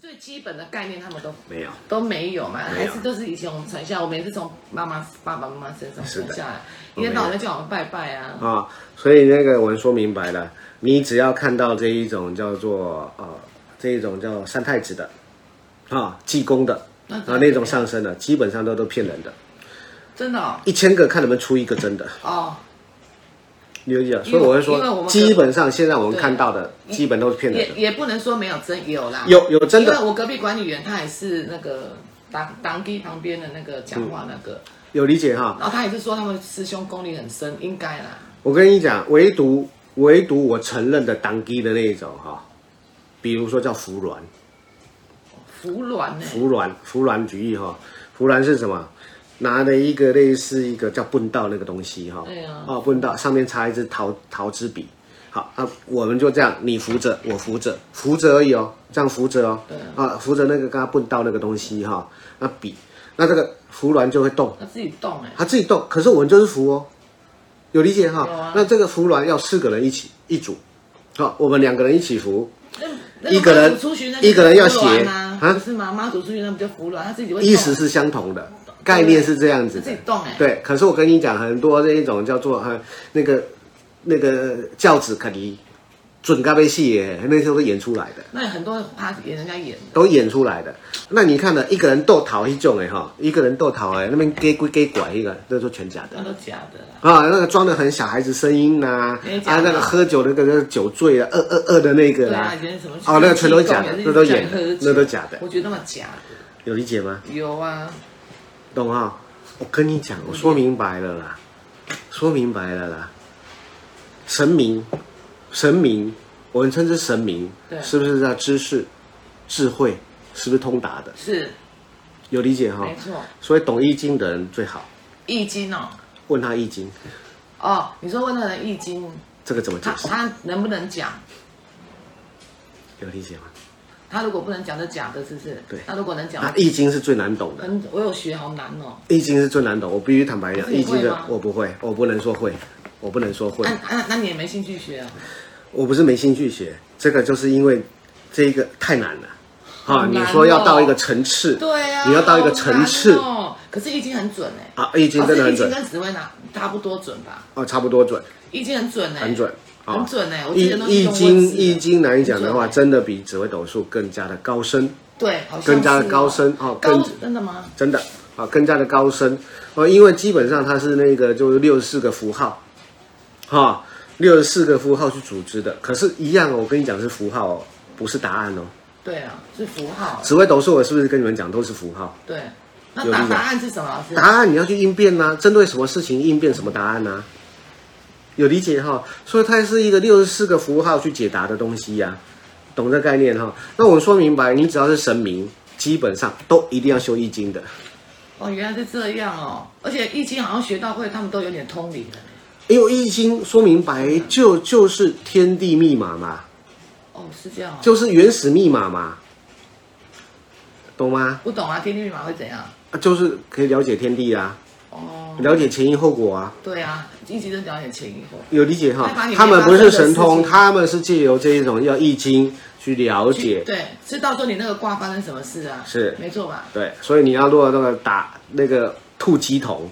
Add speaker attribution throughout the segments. Speaker 1: 最基本的概念他们都
Speaker 2: 没有。
Speaker 1: 都没有嘛，
Speaker 2: 没
Speaker 1: 还
Speaker 2: 有
Speaker 1: 是都是以前我们传下来，我们也是从爸妈、爸爸妈妈身上
Speaker 2: 是
Speaker 1: 传
Speaker 2: 的
Speaker 1: 下来，一天到晚就叫我们拜拜啊。
Speaker 2: 啊，所以那个我们说明白了，你只要看到这一种叫做呃这一种叫三太子的，啊济公的，
Speaker 1: 那
Speaker 2: 啊那种上身的，基本上都都骗人的，
Speaker 1: 真的哦
Speaker 2: 一千个看能不能出一个真的，
Speaker 1: 哦，
Speaker 2: 你有理解？
Speaker 1: 因为
Speaker 2: 所以我会
Speaker 1: 因为我
Speaker 2: 说，
Speaker 1: 们
Speaker 2: 基本上现在我们
Speaker 1: 对
Speaker 2: 看到的，基本都是骗人
Speaker 1: 也
Speaker 2: 的，
Speaker 1: 也不能说没有真有啦，
Speaker 2: 有有真
Speaker 1: 因
Speaker 2: 的
Speaker 1: 为我隔壁管理员他也是那个党党地旁边的那个讲
Speaker 2: 嗯
Speaker 1: 话那个，
Speaker 2: 有理解哈。
Speaker 1: 然后他也是说他们师兄功力很深，应该啦。
Speaker 2: 我跟你讲，唯独唯独我承认的当机的那一种哈，比如说叫服软。
Speaker 1: 服软呢、
Speaker 2: 服软，服软举例哈，服软是什么？拿了一个类似一个叫笨道那个东西哈，
Speaker 1: 对啊
Speaker 2: 哦，笨道上面插一支桃桃枝笔，好啊，我们就这样，你扶着，我扶着，扶着而已哦，这样扶着哦，啊，扶着那个刚刚笨道那个东西哈，那笔，那这个服软就会动，
Speaker 1: 他自己动哎、
Speaker 2: 它自己动，可是我们就是扶哦，有理解哈？
Speaker 1: 有啊
Speaker 2: 那这个服软要四个人一起一组，好，我们两个人一起扶，
Speaker 1: 那
Speaker 2: 一个人
Speaker 1: 妈祖出去那
Speaker 2: 一个人要
Speaker 1: 就服软啊，
Speaker 2: 写啊
Speaker 1: 不是吗？妈祖出去那不就服软，他自己会动
Speaker 2: 意思是相同的，概念是这样子
Speaker 1: 他自
Speaker 2: 的
Speaker 1: 己。动哎、
Speaker 2: 对，可是我跟你讲，很多这一种叫做呃那个那个教子可离准咖啡戏耶，那时候都演出来的，
Speaker 1: 那有很多他演人家演的，
Speaker 2: 都演出来的。那你看呢，一个人斗桃一种哎哈，一个人斗桃哎，那边给鬼给拐一个，那都全假的
Speaker 1: 那。都假的啦。
Speaker 2: 啊，那个装的很小孩子声音呐、
Speaker 1: 没
Speaker 2: 啊，
Speaker 1: 假的
Speaker 2: 那个喝酒的那个酒醉啊，二二二的那个
Speaker 1: 对
Speaker 2: 啦、
Speaker 1: 啊，以前什么
Speaker 2: 哦，那个全都假的，那都演的
Speaker 1: 的，，
Speaker 2: 那都假的，
Speaker 1: 我觉得那么假
Speaker 2: 有理解吗？
Speaker 1: 的有啊，
Speaker 2: 懂啊？我跟你讲，我说明白了啦，说明白了啦。神明，神明，我们称之神明
Speaker 1: 对，
Speaker 2: 是不是叫知识、智慧，是不是通达的？
Speaker 1: 是
Speaker 2: 有理解哈
Speaker 1: 没？错，《
Speaker 2: 所以懂易经的人最好，
Speaker 1: 易经》哦。
Speaker 2: 问他易经
Speaker 1: 哦，你说问他的易经，
Speaker 2: 这个怎么解
Speaker 1: 他
Speaker 2: 释，
Speaker 1: 他能不能讲？
Speaker 2: 有理解吗？
Speaker 1: 他如果不能讲，就假的，是不是？
Speaker 2: 对
Speaker 1: 那如果能讲
Speaker 2: 那，啊易经是最难懂的，
Speaker 1: 很我有学，好难哦。
Speaker 2: 易经是最难懂，我必须坦白讲，
Speaker 1: 可是你
Speaker 2: 易经
Speaker 1: 会
Speaker 2: 的
Speaker 1: 吗
Speaker 2: 我不会，我不能说会，我不能说会
Speaker 1: 那。啊那那你也没兴趣学啊？
Speaker 2: 我不是没兴趣学，这个就是因为这一个太难了。啊，
Speaker 1: 好难
Speaker 2: 你
Speaker 1: 哦
Speaker 2: 说要到一个层次，
Speaker 1: 对啊，
Speaker 2: 你要到一个层次
Speaker 1: 好难哦。可是易经很准哎，
Speaker 2: 啊，易经真的很准
Speaker 1: 老师易经跟紫薇拿差不多准吧？
Speaker 2: 啊，差不多准，
Speaker 1: 易经很准哎，
Speaker 2: 很准，啊
Speaker 1: 很准哎我记
Speaker 2: 易
Speaker 1: 得都是
Speaker 2: 易
Speaker 1: 用
Speaker 2: 经
Speaker 1: 文字的
Speaker 2: 易经来讲的话，
Speaker 1: 很准欸
Speaker 2: 真的比紫微斗数更加的高深，
Speaker 1: 对，好像
Speaker 2: 更加的
Speaker 1: 是哦
Speaker 2: 高深哦
Speaker 1: 高
Speaker 2: 更
Speaker 1: 真的吗？
Speaker 2: 真的啊，更加的高深啊，因为基本上它是那个就是六十四个符号，哈，六十四个符号去组织的，可是，一样哦，我跟你讲是符号哦，不是答案哦。
Speaker 1: 对啊，是符号。
Speaker 2: 紫微斗数我是不是跟你们讲都是符号？
Speaker 1: 对，那
Speaker 2: 有
Speaker 1: 答
Speaker 2: 理解
Speaker 1: 答案是什么？老师
Speaker 2: 答案你要去应变呐、啊针对什么事情应变什么答案呐、啊有理解哈、所以它是一个六十四个符号去解答的东西呀、懂这概念哈、那我们说明白，你只要是神明，基本上都一定要修易经的。
Speaker 1: 哦，原来是这样哦。而且易经好像学到会，他们都有点通灵了。
Speaker 2: 因为易经说明白就就是天地密码嘛，
Speaker 1: 哦，是这样、哦。
Speaker 2: 就是原始密码嘛，懂吗？
Speaker 1: 不懂啊，天地密码会怎样？
Speaker 2: 啊就是可以了解天地啊，
Speaker 1: 哦，
Speaker 2: 了解前因后果啊。
Speaker 1: 对啊，一直都了解前因后。
Speaker 2: 有理解哈
Speaker 1: 再把你，
Speaker 2: 他们
Speaker 1: 没
Speaker 2: 不
Speaker 1: 发生
Speaker 2: 是
Speaker 1: 的
Speaker 2: 神
Speaker 1: 事
Speaker 2: 通，
Speaker 1: 情
Speaker 2: 他们是借由这一种要易经去了解，
Speaker 1: 对，知道说你那个卦发生什么事啊？
Speaker 2: 是
Speaker 1: 没错吧？
Speaker 2: 对，所以你要落那个打那个兔鸡头，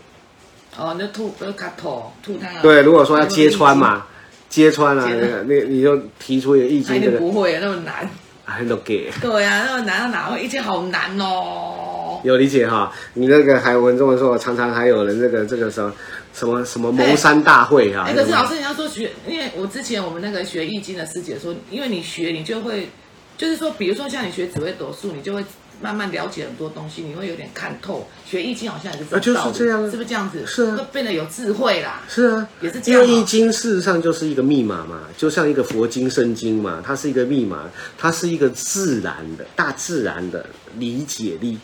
Speaker 1: 哦，那吐呃卡头吐它。
Speaker 2: 对，如果说要揭穿，嘛，揭穿啊，
Speaker 1: 揭
Speaker 2: 那个那个你就提出一个易
Speaker 1: 那一
Speaker 2: 经这
Speaker 1: 定
Speaker 2: 个，
Speaker 1: 不会那么难。
Speaker 2: 很都给。
Speaker 1: 对啊，那么难到哪会？易经好难哦。
Speaker 2: 有理解哈，你那个还文中文说，常常还有人这个这个什么什么什么谋山大会哈、
Speaker 1: 哎，可是老师，你要说学，因为我之前我们那个学易经的师姐说，因为你学，你就会，就是说，比如说像你学紫微斗数，你就会慢慢了解很多东西，你会有点看透。学易经好像也是这
Speaker 2: 啊就是
Speaker 1: 种道理
Speaker 2: 这样啊
Speaker 1: 是不是这样子？
Speaker 2: 是啊
Speaker 1: 就变得有智慧啦。
Speaker 2: 是啊，
Speaker 1: 也是这
Speaker 2: 因
Speaker 1: 样哦
Speaker 2: 为易经事实上就是一个密码嘛，就像一个佛经、圣经嘛，它是一个密码，它是一个自然的、大自然的理解力，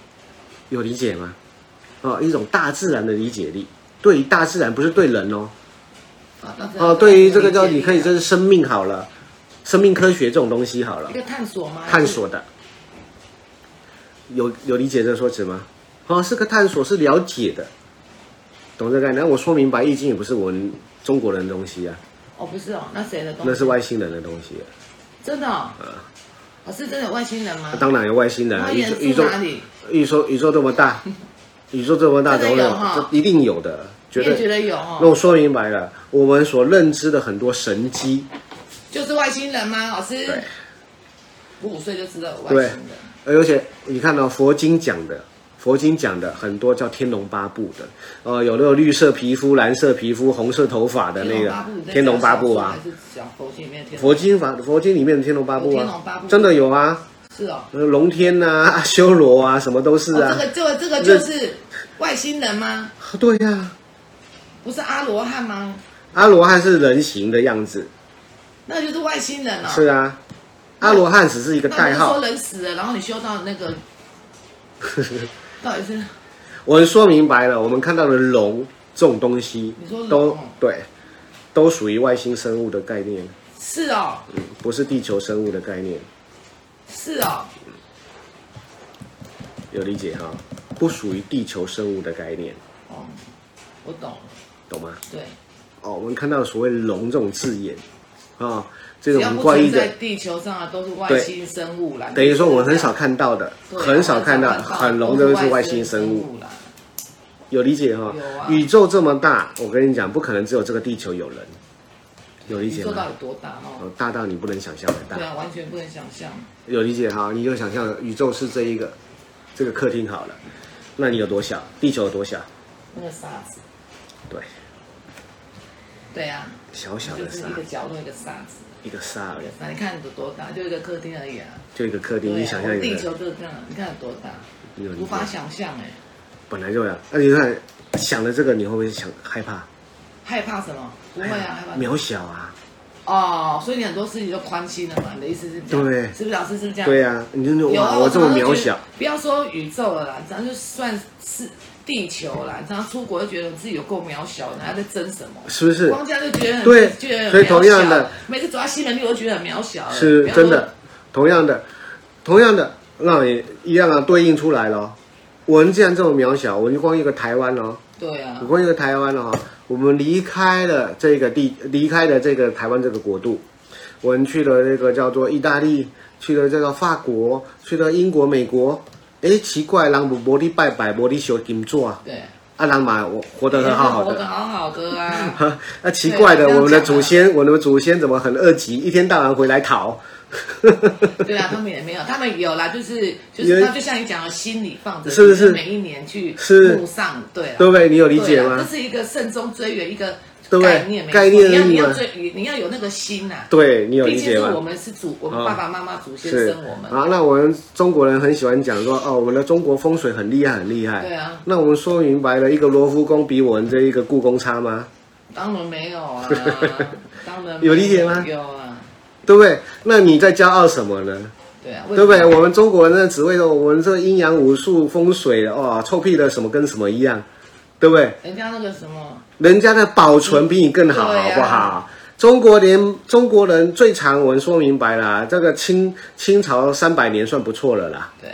Speaker 2: 有理解吗？哦，一种大自然的理解力，对于大自然不是对人哦，
Speaker 1: 啊那这样
Speaker 2: 哦，对于这个
Speaker 1: 理解
Speaker 2: 叫你可以
Speaker 1: 啊
Speaker 2: 这是生命好了，生命科学这种东西好了
Speaker 1: 一，个探索吗？
Speaker 2: 探索的，有有理解这个说辞吗？哦，是个探索，是了解的，懂这个概念？那我说明白，易经也不是我们中国人的东西啊。
Speaker 1: 哦，不是哦，那谁的东西？
Speaker 2: 啊那是外星人的东西，
Speaker 1: 真的、哦。哦，是真的有外星人吗？
Speaker 2: 呃当然有外星人啊，
Speaker 1: 他
Speaker 2: 宇
Speaker 1: 演
Speaker 2: 宙宇
Speaker 1: 出
Speaker 2: 宙
Speaker 1: 哪里？
Speaker 2: 宇宙宇宙这 么大，宇宙这么大，
Speaker 1: 真的
Speaker 2: 怎么
Speaker 1: 有哈
Speaker 2: 有？这一定有的，
Speaker 1: 你
Speaker 2: 绝
Speaker 1: 也觉
Speaker 2: 对。
Speaker 1: 得有
Speaker 2: 那
Speaker 1: 哦，
Speaker 2: 我说明白了，我们所认知的很多神机，
Speaker 1: 就是外星人吗？老师
Speaker 2: 对，
Speaker 1: 我五岁就知道有外
Speaker 2: 对
Speaker 1: 星人。，
Speaker 2: 而且你看到、佛经讲的，佛经讲的很多叫天龙八部的，呃，有那种绿色皮肤、蓝色皮肤、红色头发的那个
Speaker 1: 天
Speaker 2: 天
Speaker 1: 龙
Speaker 2: 龙
Speaker 1: 八
Speaker 2: 八
Speaker 1: 部
Speaker 2: 部
Speaker 1: 你在讲小说
Speaker 2: 啊
Speaker 1: 还，是讲佛经里面的天龙
Speaker 2: 佛经法佛经里面的天龙八部
Speaker 1: 有天龙八
Speaker 2: 啊
Speaker 1: 部，
Speaker 2: 真的有啊，
Speaker 1: 是哦，
Speaker 2: 呃龙天呐、阿修罗啊， 什么都是
Speaker 1: 哦
Speaker 2: 啊
Speaker 1: 这，个这个这个就是外星人吗？
Speaker 2: 对呀、
Speaker 1: 不是阿罗汉吗？
Speaker 2: 阿罗汉是人形的样子，
Speaker 1: 那就是外星人了、哦。
Speaker 2: 是啊，阿罗汉只是一个
Speaker 1: 那不
Speaker 2: 代
Speaker 1: 是
Speaker 2: 号
Speaker 1: 说。人死了，然后你修到那个，到底是
Speaker 2: 我们说明白了，我们看到的龙这种东西
Speaker 1: 你说龙，
Speaker 2: 都
Speaker 1: 哦
Speaker 2: 对，都属于外星生物的概念，
Speaker 1: 是哦，
Speaker 2: 不是地球生物的概念，
Speaker 1: 是哦，
Speaker 2: 有理解哈？不属于地球生物的概念，
Speaker 1: 哦，我懂了，
Speaker 2: 懂吗？
Speaker 1: 对，
Speaker 2: 哦，我们看到所谓“龙”这种字眼，啊、这
Speaker 1: 只
Speaker 2: 种
Speaker 1: 要
Speaker 2: 很
Speaker 1: 不
Speaker 2: 怪异
Speaker 1: 存
Speaker 2: 的
Speaker 1: 在，地球上啊，都是外
Speaker 2: 对
Speaker 1: 星生物啦。
Speaker 2: 等于说我们很少看到的，
Speaker 1: 对，
Speaker 2: 很少看到，
Speaker 1: 很少
Speaker 2: 很龙
Speaker 1: 都
Speaker 2: 都是外星生
Speaker 1: 生
Speaker 2: 物，
Speaker 1: 啦。
Speaker 2: 有理解哈
Speaker 1: 有啊？
Speaker 2: 宇宙这么大，我跟你讲，不可能只有这个地球有人，有理
Speaker 1: 宇
Speaker 2: 解
Speaker 1: 宙
Speaker 2: 吗
Speaker 1: 到？底多大哦？
Speaker 2: 哦大到你不能想象的大
Speaker 1: 对，啊，完全不能想象。
Speaker 2: 有理解哈？你就想象宇宙是这一个这个客厅好了，那你有多小？地球有多小？
Speaker 1: 那个沙子，
Speaker 2: 对，
Speaker 1: 对啊，
Speaker 2: 小小
Speaker 1: 就
Speaker 2: 的
Speaker 1: 是
Speaker 2: 沙
Speaker 1: 一，个角落一个沙子，
Speaker 2: 一个沙而
Speaker 1: 一
Speaker 2: 已
Speaker 1: 个，沙，你看有多大？就一个客厅而已啊。
Speaker 2: 就一个客厅，
Speaker 1: 对
Speaker 2: 你
Speaker 1: 啊
Speaker 2: 想象，一
Speaker 1: 地
Speaker 2: 个
Speaker 1: 球就是这样，你看有多大，
Speaker 2: 有理
Speaker 1: 无
Speaker 2: 解
Speaker 1: 法想象哎，
Speaker 2: 本来就有，那你看想了这个，你会不会想害怕？
Speaker 1: 害怕什么？不
Speaker 2: 哎
Speaker 1: 会啊，害怕什么。
Speaker 2: 渺小啊，
Speaker 1: 哦，所以你很多事情就宽心了嘛？你的意思是这样？
Speaker 2: 对
Speaker 1: 是不是老师是不是这样？
Speaker 2: 对啊，你就觉得
Speaker 1: 有啊，
Speaker 2: 哇，我这么
Speaker 1: 常常
Speaker 2: 渺
Speaker 1: 都觉得
Speaker 2: 小，，
Speaker 1: 不要说宇宙了啦，咱就算是地球啦，常常出国就觉得自己有够渺小的，还在争什么？
Speaker 2: 是不是？
Speaker 1: 光这样就觉得很
Speaker 2: 对
Speaker 1: 觉得很
Speaker 2: 所以
Speaker 1: 渺
Speaker 2: 同样
Speaker 1: 小
Speaker 2: 的，
Speaker 1: 每次走到西门町我都觉得很渺小了，
Speaker 2: 是
Speaker 1: 不要说
Speaker 2: 真的，同样的，同样的，让你一样啊对应出来了哦。我们既然这么渺小，我们就光一个台湾哦，
Speaker 1: 对啊
Speaker 2: 我，光一个台湾哦，我们离开了这个地，离开了这个台湾这个国度，我们去了这个叫做意大利，去了这个法国，去了英国、美国。诶，奇怪，人无无你拜拜，无你烧金纸啊，
Speaker 1: 对，
Speaker 2: 啊，人嘛活活得很好好
Speaker 1: 活
Speaker 2: 的
Speaker 1: 得。好好的 啊，
Speaker 2: 哈，那奇怪的，
Speaker 1: 对
Speaker 2: 我们的
Speaker 1: 这样讲
Speaker 2: 祖先，我们的祖先怎么很二级，一天到晚回来 讨？
Speaker 1: 对啊，他们也没有，他们有啦，就是就
Speaker 2: 有
Speaker 1: 是，他就像你讲的，心里放着，
Speaker 2: 是不是
Speaker 1: 就是每一年去
Speaker 2: 是
Speaker 1: 路上，对啊，
Speaker 2: 对不对？你有理
Speaker 1: 对
Speaker 2: 解
Speaker 1: 啊
Speaker 2: 吗
Speaker 1: 这？是一个慎终追远一个
Speaker 2: 对不对
Speaker 1: 概念，没错
Speaker 2: 概念
Speaker 1: 你要
Speaker 2: 而已
Speaker 1: 你要
Speaker 2: 嘛
Speaker 1: 追，你要有那个心呐。
Speaker 2: 对你有
Speaker 1: 毕
Speaker 2: 理
Speaker 1: 竟
Speaker 2: 解
Speaker 1: 啊是
Speaker 2: 吗
Speaker 1: 我？们是祖，我们
Speaker 2: 啊
Speaker 1: 爸爸妈妈祖先
Speaker 2: 是
Speaker 1: 生我们，
Speaker 2: 啊，那我们中国人很喜欢讲说，哦，我们的中国风水很厉害，很厉害。
Speaker 1: 对啊。
Speaker 2: 那我们说明白了，一个罗浮宫比我们这一个故宫差吗？
Speaker 1: 当然没有 啊，当然没
Speaker 2: 有理解吗
Speaker 1: 有啊，
Speaker 2: 对不对？那你在骄傲什么呢？
Speaker 1: 对啊，为
Speaker 2: 对不对？
Speaker 1: 什么
Speaker 2: 我们中国人的只会说，我们这阴阳武术、风水，哦，臭屁的什么跟什么一样，对不对？
Speaker 1: 人家那个什么，
Speaker 2: 人家的保存比你更
Speaker 1: 嗯
Speaker 2: 好，
Speaker 1: 对
Speaker 2: 好
Speaker 1: 啊
Speaker 2: 不好？中国连中国人最长，我们说明白了，这个清清朝三百年算不错了啦，
Speaker 1: 对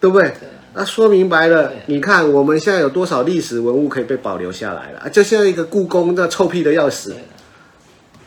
Speaker 2: 对不对？
Speaker 1: 对啊
Speaker 2: 那、说明白了
Speaker 1: 对啊，
Speaker 2: 你看我们现在有多少历史文物可以被保留下来了？啊就像一个故宫，那臭屁的要死
Speaker 1: 对，啊，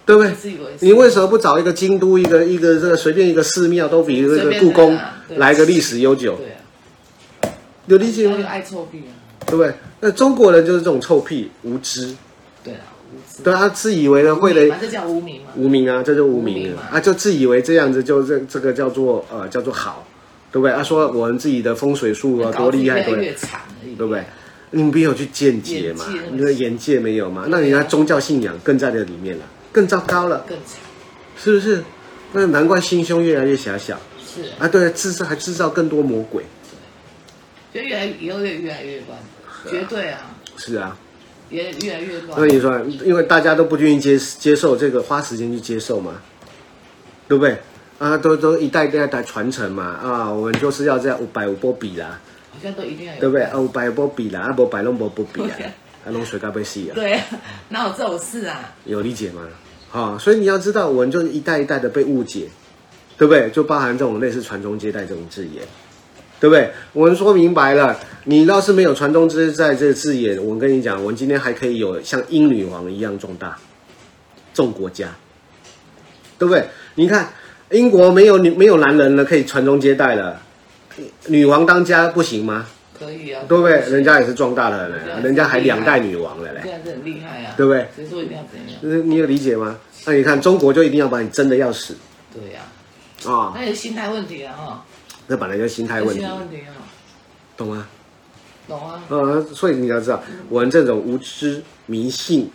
Speaker 2: 对不对
Speaker 1: 这？是一回事
Speaker 2: 你为什么不找一个京都，一个一个这个随便一个寺庙，都比这
Speaker 1: 随
Speaker 2: 个
Speaker 1: 便
Speaker 2: 故宫
Speaker 1: 的啦对
Speaker 2: 来个历史悠久？
Speaker 1: 对啊，
Speaker 2: 有理解
Speaker 1: 人家
Speaker 2: 吗
Speaker 1: 就？爱臭屁啊，
Speaker 2: 对不对？那中国人就是这种臭屁、无知，
Speaker 1: 对啊，无知，
Speaker 2: 对他自以为呢会了
Speaker 1: 反正叫无名嘛，
Speaker 2: 无名啊，这就无
Speaker 1: 无
Speaker 2: 名
Speaker 1: 名
Speaker 2: 了
Speaker 1: 嘛
Speaker 2: 啊，就自以为这样子就这这个叫做呃叫做好，对不对？他、啊、说我们自己的风水术啊多厉害，对
Speaker 1: 搞
Speaker 2: 不
Speaker 1: 得
Speaker 2: 对
Speaker 1: 越？惨而已，
Speaker 2: 对不对？你没有去见解嘛
Speaker 1: 眼界，
Speaker 2: 你的眼界没有嘛？那你的宗教信仰更在这里面了，更糟糕了，
Speaker 1: 更惨，
Speaker 2: 是不是？那难怪心胸越来越狭小
Speaker 1: 是啊，
Speaker 2: 啊！对，制造还制造更多魔鬼，
Speaker 1: 就越来以后越越来越乱，绝对啊，
Speaker 2: 是啊。
Speaker 1: 也越来越
Speaker 2: 那
Speaker 1: 乱，
Speaker 2: 你说，因为大家都不愿意接接受这个，花时间去接受嘛，对不对？啊，都都一代一代代传承嘛，啊，我们就是要这样五百五波比啦，
Speaker 1: 好像都一定要有，
Speaker 2: 对不对？啊，有摆波比啦，啊，无摆拢无波比啊
Speaker 1: 对，
Speaker 2: 啊，拢水到要死 啊，
Speaker 1: 对啊，哪有这种事啊？
Speaker 2: 有理解吗？好、所以你要知道，我们就一代一代的被误解，对不对？就包含这种类似传宗接代这种字眼，对不对？我们说明白了，你要是没有传宗接代这个字眼，我跟你讲，我们今天还可以有像英女王一样壮大，重国家，对不对？你看英国没有女没有男人了，可以传宗接代了，女王当家不行吗？
Speaker 1: 可以啊，
Speaker 2: 对不对？人家也是壮大的人
Speaker 1: 对
Speaker 2: 嘞，
Speaker 1: 啊
Speaker 2: 人家还两代女王了嘞
Speaker 1: 这，样子很厉害啊，
Speaker 2: 对不对？
Speaker 1: 所以说一定要怎样？
Speaker 2: 就是你有理解吗？那你看中国就一定要把你真的要死
Speaker 1: 对呀、
Speaker 2: 啊、
Speaker 1: 那也心态问题啊，哈，
Speaker 2: 那本来就是心态
Speaker 1: 这
Speaker 2: 问
Speaker 1: 心
Speaker 2: 题
Speaker 1: 态，问题啊，
Speaker 2: 懂吗？
Speaker 1: 懂啊？
Speaker 2: 呃，所以你要知道，我们这种无知、迷信、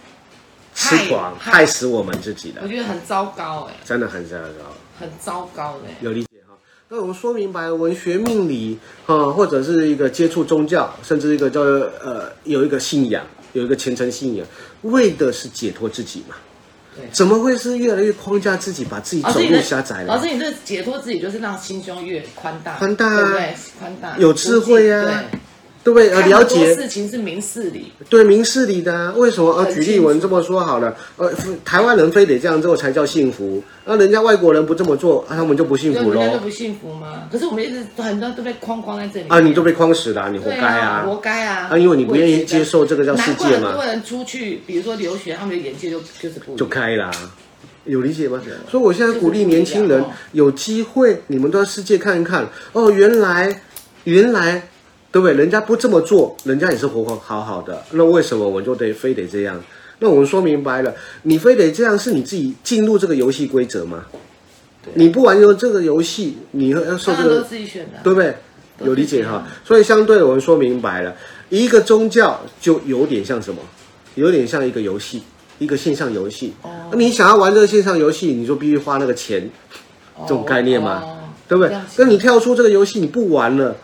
Speaker 2: 痴狂，
Speaker 1: 害
Speaker 2: 害死我们自己
Speaker 1: 我
Speaker 2: 了，
Speaker 1: 觉得很糟糕哎、
Speaker 2: 真的很糟糕。
Speaker 1: 很糟糕欸的、
Speaker 2: 有理解哈。那我们说明白文学命理啊，或者是一个接触宗教，甚至一个叫呃有一个信仰，有一个虔诚信仰，为的是解脱自己嘛。
Speaker 1: 对哦
Speaker 2: 怎么会是越来越框架自己，把自己
Speaker 1: 老
Speaker 2: 走
Speaker 1: 师，你
Speaker 2: 路
Speaker 1: 的
Speaker 2: 狭窄
Speaker 1: 老
Speaker 2: 了？
Speaker 1: 师，你这解脱自己就是让心胸越宽大，
Speaker 2: 宽大啊
Speaker 1: 对不对？宽大，
Speaker 2: 有智慧啊
Speaker 1: 无尽
Speaker 2: 对不对？
Speaker 1: 对，
Speaker 2: 呃，了
Speaker 1: 看很多
Speaker 2: 解
Speaker 1: 事情是明事理，
Speaker 2: 对明事理的、啊，为什么？呃，
Speaker 1: 很
Speaker 2: 举例
Speaker 1: 清楚
Speaker 2: 我们这么说好了，呃，台湾人非得这样做才叫幸福，那、人家外国人不这么做，啊、他们就不幸
Speaker 1: 就
Speaker 2: 福
Speaker 1: 人家就
Speaker 2: 喽。
Speaker 1: 不幸福吗？可是我们一直很多都被框框在这里面
Speaker 2: 啊，你就被框死了啊、你活
Speaker 1: 对
Speaker 2: 该
Speaker 1: 啊，活该啊！
Speaker 2: 啊因为你不愿意
Speaker 1: 我也觉得
Speaker 2: 接受这个叫世界
Speaker 1: 难
Speaker 2: 嘛
Speaker 1: 怪很多人出去，比如说留学，他们的眼界就就是不一样
Speaker 2: 就开啦、有理解吗？所以我现在鼓励年轻
Speaker 1: 就
Speaker 2: 人
Speaker 1: 是不一样哦
Speaker 2: 有机会，你们到世界看一看。哦，原来原来，对不对？人家不这么做，人家也是活活好好的，那为什么我就得非得这样？那我们说明白了，你非得这样是你自己进入这个游戏规则吗？你不玩游这个游戏，你会要受
Speaker 1: 当然
Speaker 2: 这
Speaker 1: 都是
Speaker 2: 个，
Speaker 1: 自己选的啊，
Speaker 2: 对不对？
Speaker 1: 都是
Speaker 2: 有理解
Speaker 1: 这
Speaker 2: 哈
Speaker 1: 样，
Speaker 2: 所以相对的我们说明白了，一个宗教就有点像什么，有点像一个游戏，一个线上游戏。
Speaker 1: 哦
Speaker 2: 你想要玩这个线上游戏，你就必须花那个钱，
Speaker 1: 哦
Speaker 2: 这种概念嘛
Speaker 1: 哦
Speaker 2: 对不
Speaker 1: 这
Speaker 2: 对
Speaker 1: 样？子
Speaker 2: 那你跳出这个游戏，你不玩了，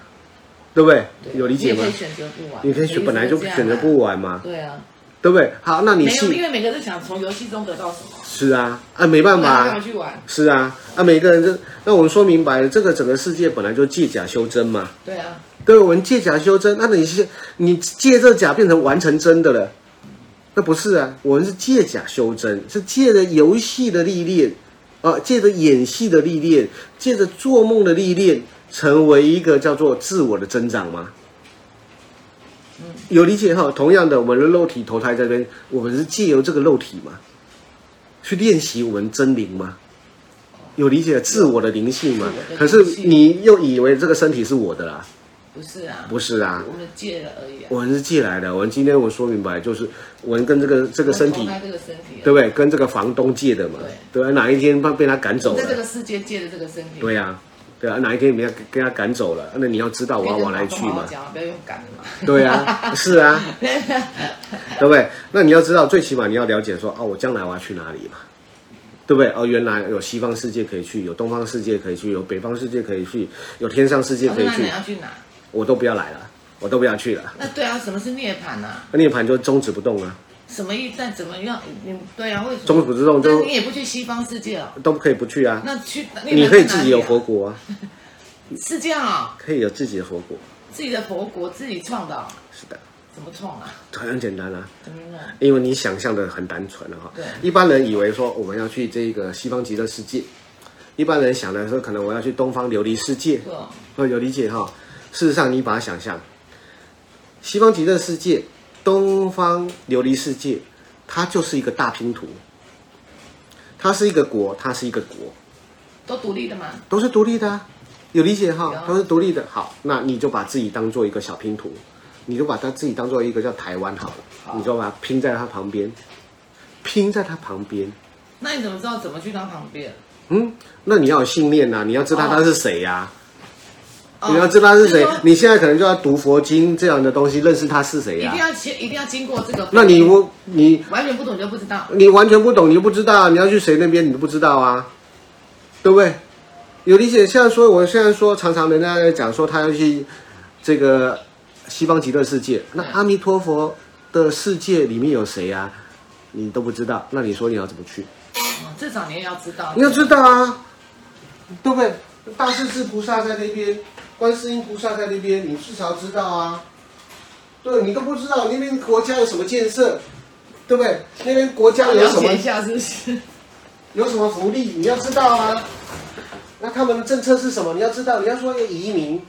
Speaker 2: 对不对？有理解
Speaker 1: 你
Speaker 2: 吗
Speaker 1: 也可以？选择不玩，
Speaker 2: 你可以选，本来就选择不
Speaker 1: 玩，
Speaker 2: 玩嘛，
Speaker 1: 啊对啊，
Speaker 2: 对不对？好，那你
Speaker 1: 没有，因
Speaker 2: 是
Speaker 1: 为每个人都想从游戏中得到什么，
Speaker 2: 是啊，啊，没办
Speaker 1: 不
Speaker 2: 法
Speaker 1: 然干
Speaker 2: 啊
Speaker 1: 嘛，去玩？
Speaker 2: 是啊，啊，每个人这，那我们说明白了，这个整个世界本来就借假修真嘛，
Speaker 1: 对啊，
Speaker 2: 对，我们借假修真，那你是你借这假变成完成真的了，那不是啊，我们是借假修真，是借着游戏的历练，啊、借着演戏的历练，借着做梦的历练，成为一个叫做自我的增长吗？
Speaker 1: 嗯
Speaker 2: 有理解哈？同样的，我们的肉体投胎这边，我们是借由这个肉体嘛，去练习我们真灵吗？有理解自我的灵性嘛？可
Speaker 1: 自我的
Speaker 2: 是
Speaker 1: 灵性
Speaker 2: 你又以为这个身体是我的啦，
Speaker 1: 不是啊，
Speaker 2: 不是啊，
Speaker 1: 我们借了而已啊，
Speaker 2: 我们是借来的。我们今天我说明白，就是我们跟这个这
Speaker 1: 这
Speaker 2: 个身体，
Speaker 1: 这个身体啊，
Speaker 2: 对不对？跟这个房东借的嘛，对啊，哪一天怕被他赶走
Speaker 1: 在哎这个
Speaker 2: 了，
Speaker 1: 世界借的这个身体，
Speaker 2: 对啊，对啊，哪一天被他跟他赶走了，那你要知道
Speaker 1: 可以
Speaker 2: 我要
Speaker 1: 跟
Speaker 2: 往哪里
Speaker 1: 房东好
Speaker 2: 去
Speaker 1: 好
Speaker 2: 嘛，
Speaker 1: 讲哎啊，不要用赶的嘛，
Speaker 2: 对 啊，是啊，对不对？那你要知道，最起码你要了解说，哦，我将来我要去哪里嘛，对不对？哦，原来有西方世界可以去，有东方世界可以去，有北方世界可以去，有天上世 界
Speaker 1: 我
Speaker 2: 可
Speaker 1: 说
Speaker 2: 以
Speaker 1: 哦那
Speaker 2: 去
Speaker 1: 你，要去哪？
Speaker 2: 我都不要来了，我都不要去了，
Speaker 1: 那对啊，什么是涅槃啊？
Speaker 2: 那涅盘就终止不动啊。
Speaker 1: 什么意？但怎么样？你对啊，为什么？
Speaker 2: 中不自动
Speaker 1: 那
Speaker 2: 都
Speaker 1: 你也不去西方世界哦？
Speaker 2: 都不可以不去啊。
Speaker 1: 那去那
Speaker 2: 你
Speaker 1: 们
Speaker 2: 可以
Speaker 1: 去哪
Speaker 2: 自己
Speaker 1: 里
Speaker 2: 有
Speaker 1: 啊
Speaker 2: 佛国啊，
Speaker 1: 是这样啊、
Speaker 2: 可以有自己的佛国，
Speaker 1: 自己的佛国自己创的哦、
Speaker 2: 是的，
Speaker 1: 怎么创啊？
Speaker 2: 很简单啊，
Speaker 1: 怎么弄？
Speaker 2: 因为你想象的很单纯了、啊哈
Speaker 1: 对。
Speaker 2: 一般人以为说我们要去这个西方极乐世界，一般人想的说可能我要去东方琉璃世界，
Speaker 1: 对哦，
Speaker 2: 哦，有理解哈、事实上，你把它想象，西方极乐世界、东方琉璃世界，它就是一个大拼图，它是一个国，它是一个国。
Speaker 1: 都独立的嘛。
Speaker 2: 都是独立的啊、有理解哈
Speaker 1: 有，
Speaker 2: 都是独立的。好，那你就把自己当做一个小拼图，你就把它自己当做一个叫台湾好了，
Speaker 1: 好
Speaker 2: 你就把它拼在它旁边，拼在它旁边。
Speaker 1: 那你怎么知道怎么去当旁边？
Speaker 2: 嗯，那你要有信念啊呐、你要知道
Speaker 1: 哦
Speaker 2: 他是谁呀、
Speaker 1: 哦
Speaker 2: 你要知道他是谁
Speaker 1: 就说。
Speaker 2: 你现在可能就要读佛经这样的东西，认识他是谁
Speaker 1: 一
Speaker 2: 呀、
Speaker 1: 定要先，一定要经过这个。
Speaker 2: 那你我你
Speaker 1: 完全不懂你就不知道。
Speaker 2: 你完全不懂，你又不知道，你要去谁那边，你都不知道啊，对不对？有理解？现在说，我现在说，常常人家在讲说他要去这个西方极乐世界，那
Speaker 1: 嗯
Speaker 2: 阿弥陀佛的世界里面有谁啊？你都不知道，那你说你要怎么去？
Speaker 1: 哦至少你也要知道。
Speaker 2: 你要知道啊，对不对？大势至菩萨在那边，观世音菩萨在那边，你至少知道啊。对，你都不知道那边国家有什么建设，对不对？那边国家有什
Speaker 1: 了
Speaker 2: 么
Speaker 1: 解一下是不是？
Speaker 2: 有什么福利，你要知道啊。那他们的政策是什么？你要知道，你要说要移民，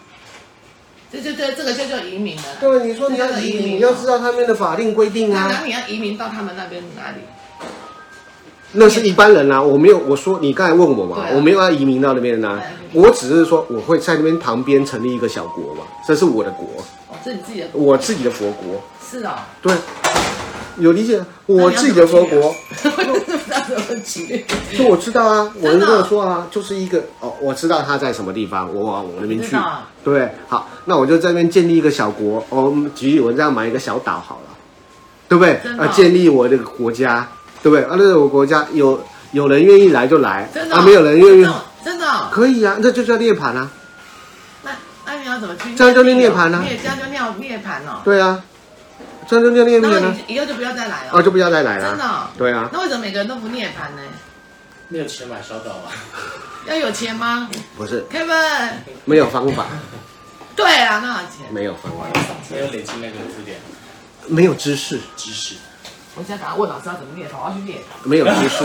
Speaker 1: 这就这这个就叫移民了。
Speaker 2: 对，啊你说你要移民，你要知道他们的法令规定
Speaker 1: 那
Speaker 2: 啊。
Speaker 1: 那你要移民到他们那边哪里？
Speaker 2: 那是一般人啊，我没有我说你刚才问我嘛，
Speaker 1: 对啊
Speaker 2: 我没有要移民到那边啊，我只是说我会在那边旁边成立一个小国嘛，这是我的国，
Speaker 1: 哦，这是你自己的
Speaker 2: 我自己的佛国，
Speaker 1: 是 哦，
Speaker 2: 对，有理解？我自己的佛国，
Speaker 1: 我就不知道怎么举。
Speaker 2: 就我知道啊，我
Speaker 1: 真
Speaker 2: 跟
Speaker 1: 的
Speaker 2: 我说啊，就是一个哦，我知道他在什么地方，我往我那边
Speaker 1: 你
Speaker 2: 去
Speaker 1: 知道啊，
Speaker 2: 对，好，那我就在那边建立一个小国，哦，举例我这样买一个小岛好了，对不对？
Speaker 1: 真的哦
Speaker 2: 啊，建立我这个国家，对不对？啊，那我国家有有人愿意来就来
Speaker 1: 真，的哦、
Speaker 2: 啊，没有人愿
Speaker 1: 真
Speaker 2: 意
Speaker 1: 的哦真的哦、
Speaker 2: 可以啊，那就叫涅槃啊，
Speaker 1: 那那你要怎么去？
Speaker 2: 这样就涅槃啊
Speaker 1: 涅这样就涅涅槃哦。
Speaker 2: 对啊，这样就叫涅
Speaker 1: 然
Speaker 2: 槃
Speaker 1: 后
Speaker 2: 啊，
Speaker 1: 你以后就不要再来了。
Speaker 2: 啊，就不要再来
Speaker 1: 真的
Speaker 2: 了，
Speaker 1: 哦、
Speaker 2: 对啊，
Speaker 1: 那为什么每个人都不涅槃呢？
Speaker 3: 你有钱买小岛啊吗？
Speaker 1: 要有钱吗
Speaker 2: 不是
Speaker 1: ？Kevin，
Speaker 2: 没有方法，
Speaker 1: 对啊，那有钱。
Speaker 2: 没有方法，
Speaker 3: 没有累积那个资源
Speaker 2: 没有知识，
Speaker 3: 知识。
Speaker 1: 我现在赶快问老师要怎么涅槃，我要去涅槃。
Speaker 2: 没有知识。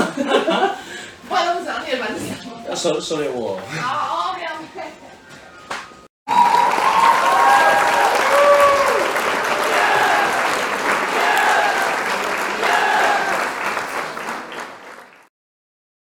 Speaker 1: 不然都不知道涅槃是什么。
Speaker 3: 要收收留我。
Speaker 1: 好、哦。